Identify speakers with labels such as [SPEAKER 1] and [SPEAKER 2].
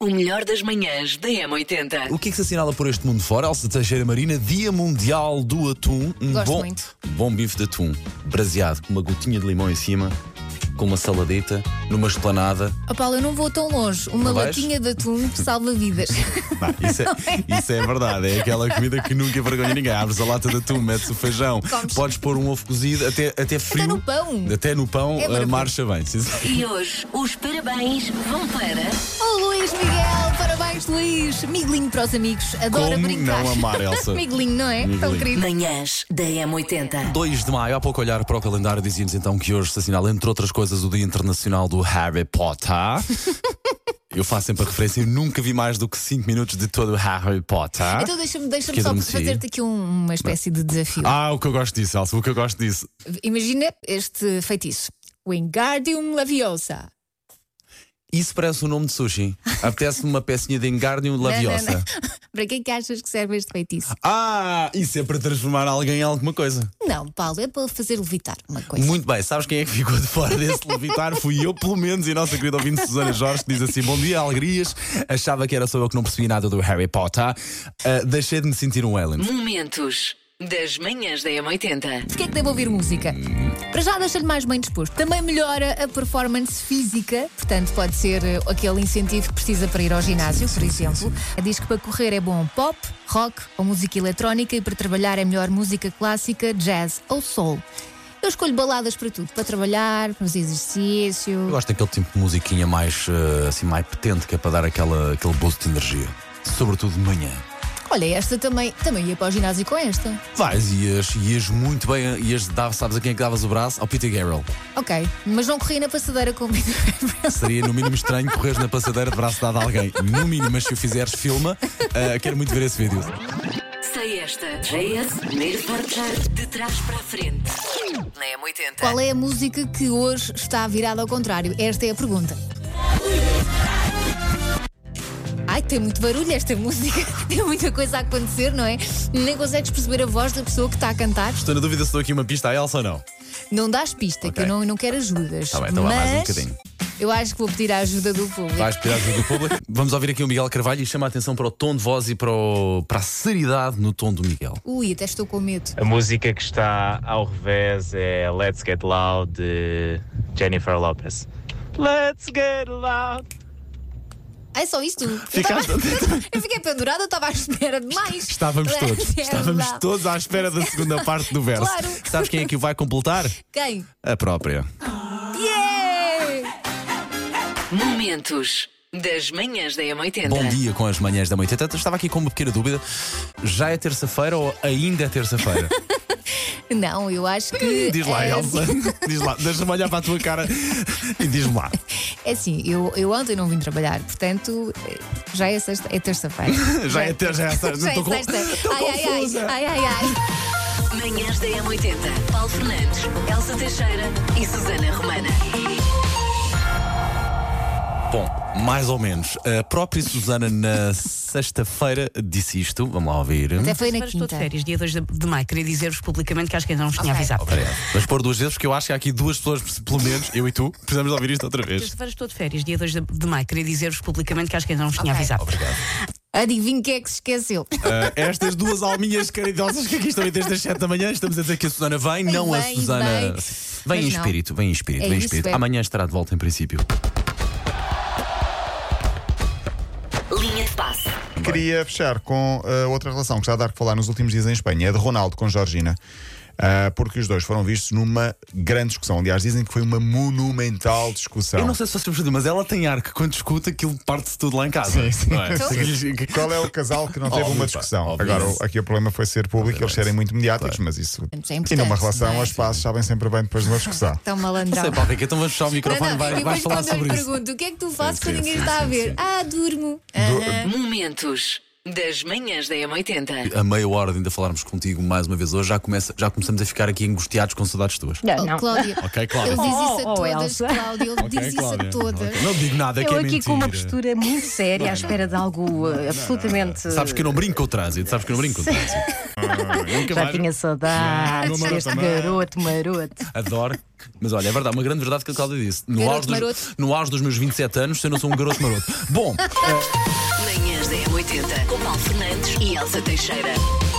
[SPEAKER 1] O melhor das manhãs da M80.
[SPEAKER 2] O que é que se assinala por este mundo fora? Alça Teixeira Marina, Dia Mundial do Atum. Um
[SPEAKER 3] Gosto
[SPEAKER 2] bom,
[SPEAKER 3] muito.
[SPEAKER 2] bom bife de atum, braseado, com uma gotinha de limão em cima, com uma saladita, numa esplanada.
[SPEAKER 3] Oh, Paulo, eu não vou tão longe. Uma
[SPEAKER 2] Não vais?
[SPEAKER 3] latinha de atum salva vidas.
[SPEAKER 2] Não, isso, é, isso é verdade, é aquela comida que nunca envergonha ninguém. Abres a lata de atum, metes o feijão,
[SPEAKER 3] Comes.
[SPEAKER 2] podes pôr um ovo cozido, até, até frio.
[SPEAKER 3] no pão.
[SPEAKER 2] Até no pão,
[SPEAKER 3] É
[SPEAKER 2] eh,
[SPEAKER 3] maravilhoso.
[SPEAKER 2] marcha bem. sim, sim.
[SPEAKER 1] E hoje os parabéns vão para.
[SPEAKER 3] oh, Luís Miguel, parabéns, Luís. Miguelinho para os amigos. Adora
[SPEAKER 2] Como
[SPEAKER 3] brincar.
[SPEAKER 2] não amar, Elsa?
[SPEAKER 3] Miguelinho, não é? Tão
[SPEAKER 2] Miguelinho.
[SPEAKER 3] querido.
[SPEAKER 1] Manhãs da M80.
[SPEAKER 2] 2 de maio, há pouco olhar para o calendário, dizíamos então que hoje se assinala, entre outras coisas, o Dia Internacional do Harry Potter. eu faço sempre a referência, eu nunca vi mais do que 5 minutos de todo o Harry Potter.
[SPEAKER 3] Então deixa-me deixa
[SPEAKER 2] Que
[SPEAKER 3] só
[SPEAKER 2] adormeci.
[SPEAKER 3] fazer-te aqui um- uma espécie de desafio.
[SPEAKER 2] Ah, o que eu gosto disso, Elsa, o que eu gosto disso.
[SPEAKER 3] Imagina este feitiço. Wingardium Laviosa.
[SPEAKER 2] Isso parece o nome de sushi. Apetece-me uma pecinha de engarnium laviosa.
[SPEAKER 3] Não, não, não. Para que é que achas que serve este feitiço?
[SPEAKER 2] Ah, isso é para transformar alguém em alguma coisa.
[SPEAKER 3] Não, Paulo, é para fazer levitar uma coisa.
[SPEAKER 2] Muito bem, sabes quem é que ficou de fora desse levitar? Fui eu, pelo menos, e a nossa querida ouvinte Susana Jorge, que diz assim: Bom dia, alegrias. Achava que era só eu que não percebi nada do Harry Potter. Ah, deixei de me sentir um Ellen.
[SPEAKER 1] Momentos das manhãs da M80.
[SPEAKER 3] Porquê é que devo ouvir música? Para já deixa-lhe mais bem disposto. Também melhora a performance física, portanto, pode ser eh, aquele incentivo que precisa para ir ao ginásio, por exemplo. Diz que para correr é bom pop, rock ou música eletrónica e para trabalhar é melhor música clássica, jazz ou soul. Eu escolho baladas para tudo, para trabalhar, para os
[SPEAKER 2] Eu
[SPEAKER 3] exercícios.
[SPEAKER 2] gosto daquele tipo de musiquinha mais, ah, assim, mais potente, que é para dar aquela, aquele boost de energia. Sobretudo de manhã.
[SPEAKER 3] Olha, esta também, também ia para o ginásio com esta.
[SPEAKER 2] Vais, ias, ias muito bem, ias, dava, sabes a quem é que davas o braço? Ao Peter Garrell.
[SPEAKER 3] Ok, mas não corri na passadeira com o Peter Gabriel.
[SPEAKER 2] Seria no mínimo estranho correres na passadeira de braço dado a alguém. No mínimo, mas se o fizeres, filma. Ah, quero muito ver esse vídeo.
[SPEAKER 1] Sei esta. JS, primeiro portar de trás para a frente. Na M80.
[SPEAKER 3] Qual é a música que hoje está virada ao contrário? Esta é a pergunta. Ai, tem muito barulho esta música, tem muita coisa a acontecer, não é? Nem consegues perceber a voz da pessoa que está a cantar.
[SPEAKER 2] Estou na dúvida se dou aqui uma pista à Elsa ou não.
[SPEAKER 3] Não dás pista, que
[SPEAKER 2] Ok.
[SPEAKER 3] eu não, não quero ajudas.
[SPEAKER 2] Tá bem, então vá,
[SPEAKER 3] Mas
[SPEAKER 2] mais um bocadinho.
[SPEAKER 3] Eu acho que vou pedir a ajuda do público.
[SPEAKER 2] Vais pedir ajuda do público. Vamos ouvir aqui o Miguel Carvalho e chama a atenção para o tom de voz e para, o- para a seriedade no tom do Miguel.
[SPEAKER 3] Ui, até estou com medo.
[SPEAKER 4] A música que está ao revés é Let's Get Loud de Jennifer Lopez. Let's get loud.
[SPEAKER 3] Ai, só isto? Eu
[SPEAKER 2] Ficaste-
[SPEAKER 3] tava- Eu fiquei pendurada, eu estava à espera de mais.
[SPEAKER 2] Estávamos todos,
[SPEAKER 3] Era
[SPEAKER 2] estávamos
[SPEAKER 3] lá.
[SPEAKER 2] todos à espera da segunda parte do verso.
[SPEAKER 3] é Claro.
[SPEAKER 2] Sabes quem é que o vai completar?
[SPEAKER 3] Quem?
[SPEAKER 2] A própria.
[SPEAKER 3] Yeah!
[SPEAKER 1] Momentos das manhãs da M80.
[SPEAKER 2] Bom dia com as manhãs da noite. Estava aqui com uma pequena dúvida. Já é terça-feira ou ainda é terça-feira?
[SPEAKER 3] Não, eu acho que.
[SPEAKER 2] Diz lá,
[SPEAKER 3] eh,
[SPEAKER 2] Elsa. Diz lá, deixa-me olhar para a tua cara e diz-me lá.
[SPEAKER 3] É assim, eu, eu ontem não vim trabalhar, portanto, eh, já é sexta, é terça-feira.
[SPEAKER 2] Já é ter, já é sexta,
[SPEAKER 3] Já é
[SPEAKER 2] estou com-
[SPEAKER 3] sexta.
[SPEAKER 2] estou
[SPEAKER 3] Ai, ai, ai,
[SPEAKER 2] confusa.
[SPEAKER 3] ai, ai, ai.
[SPEAKER 1] Manhãs da M80. Paulo Fernandes, Elsa Teixeira e Susana Romana.
[SPEAKER 2] Bom, mais ou menos. A própria Susana, na sexta-feira, disse isto. Vamos lá ouvir.
[SPEAKER 3] Até foi na
[SPEAKER 5] Mas estou de
[SPEAKER 3] quinta.
[SPEAKER 5] férias, dia 2 de, de maio. Queria dizer-vos publicamente que acho que ainda não vos tinha
[SPEAKER 3] Ok.
[SPEAKER 5] avisado.
[SPEAKER 2] Obrigado. Mas pôr duas vezes, porque eu acho que há aqui duas pessoas, pelo menos, eu e tu, precisamos de ouvir isto outra vez.
[SPEAKER 5] Terça-feira estou de férias, dia 2 de, de maio. Queria dizer-vos publicamente que acho que ainda não vos tinha
[SPEAKER 3] Ok.
[SPEAKER 5] avisado.
[SPEAKER 3] Adivinho quem é que se esqueceu.
[SPEAKER 2] Ah, estas duas alminhas caridosas que aqui estão aí desde as 7 da manhã, estamos a dizer que a Susana vem, não a
[SPEAKER 3] vem,
[SPEAKER 2] Susana.
[SPEAKER 3] vem.
[SPEAKER 2] Vem em
[SPEAKER 3] Mas não.
[SPEAKER 2] espírito, vem em espírito,
[SPEAKER 3] É
[SPEAKER 2] vem em
[SPEAKER 3] isso,
[SPEAKER 2] espírito.
[SPEAKER 3] é.
[SPEAKER 2] Amanhã estará de volta, em princípio.
[SPEAKER 1] Linha de passe.
[SPEAKER 6] Queria fechar com eh, outra relação que está a dar que falar nos últimos dias em Espanha, a de Ronaldo com Georgina, Ah, porque os dois foram vistos numa grande discussão. Aliás, dizem que foi uma monumental discussão.
[SPEAKER 2] Eu não sei se vocês percebem, mas ela tem ar que quando escuta aquilo parte-se tudo lá em casa. Sim, sim.
[SPEAKER 3] Então-
[SPEAKER 6] Qual é o casal que não teve
[SPEAKER 2] Óbvio, pá,
[SPEAKER 6] uma discussão?
[SPEAKER 2] óbvio.
[SPEAKER 6] Agora, o- aqui o problema foi ser público, eles serem muito mediáticos, mas isso.
[SPEAKER 3] Mas é
[SPEAKER 6] e numa
[SPEAKER 3] importante,
[SPEAKER 6] relação,
[SPEAKER 3] não é?
[SPEAKER 6] os passos sabem sempre bem depois de uma discussão.
[SPEAKER 3] Tão
[SPEAKER 2] Não
[SPEAKER 3] malandrão.
[SPEAKER 2] sei, Paulo Rico, então vamos fechar o microfone e vai,
[SPEAKER 3] e
[SPEAKER 2] vais
[SPEAKER 3] depois
[SPEAKER 2] falar
[SPEAKER 3] quando eu lhe
[SPEAKER 2] sobre isso.
[SPEAKER 3] pergunto, o que é que tu fazes
[SPEAKER 2] Sim,
[SPEAKER 3] quando
[SPEAKER 2] sim,
[SPEAKER 3] ninguém
[SPEAKER 2] sim,
[SPEAKER 3] está a
[SPEAKER 2] sim,
[SPEAKER 3] ver?
[SPEAKER 2] sim.
[SPEAKER 3] Ah, durmo. Aham.
[SPEAKER 1] Momentos das manhãs da M80.
[SPEAKER 2] A meia hora de ainda falarmos contigo mais uma vez hoje, já, começa, já começamos a ficar aqui angustiados com saudades tuas.
[SPEAKER 7] Não,
[SPEAKER 3] Oh,
[SPEAKER 7] não.
[SPEAKER 3] Cláudia,
[SPEAKER 2] Ok,
[SPEAKER 3] ele
[SPEAKER 2] Cláudia?
[SPEAKER 3] diz isso a
[SPEAKER 7] Oh, oh,
[SPEAKER 3] todas,
[SPEAKER 7] Elsa.
[SPEAKER 3] Cláudia, ele diz isso a todas.
[SPEAKER 2] Ok. Não digo nada, que
[SPEAKER 7] Eu
[SPEAKER 2] é
[SPEAKER 7] aqui
[SPEAKER 2] mentira.
[SPEAKER 7] com uma postura muito séria à espera de algo eh, absolutamente.
[SPEAKER 2] Sabes que eu não brinco com o trânsito, sabes que eu não brinco com o trânsito.
[SPEAKER 6] Nunca
[SPEAKER 7] Já
[SPEAKER 6] mais-
[SPEAKER 7] tinha saudades
[SPEAKER 6] Não, não, não,
[SPEAKER 7] deste
[SPEAKER 6] também.
[SPEAKER 7] garoto maroto.
[SPEAKER 2] Adoro. Mas olha, é verdade, uma grande verdade que a Cláudia disse. No
[SPEAKER 3] Garoto
[SPEAKER 2] auge, dos,
[SPEAKER 3] maroto.
[SPEAKER 2] no auge dos meus 27 anos, se eu não sou um garoto maroto. Bom,
[SPEAKER 1] Manhãs da M80 com Paulo Fernandes e Elsa Teixeira.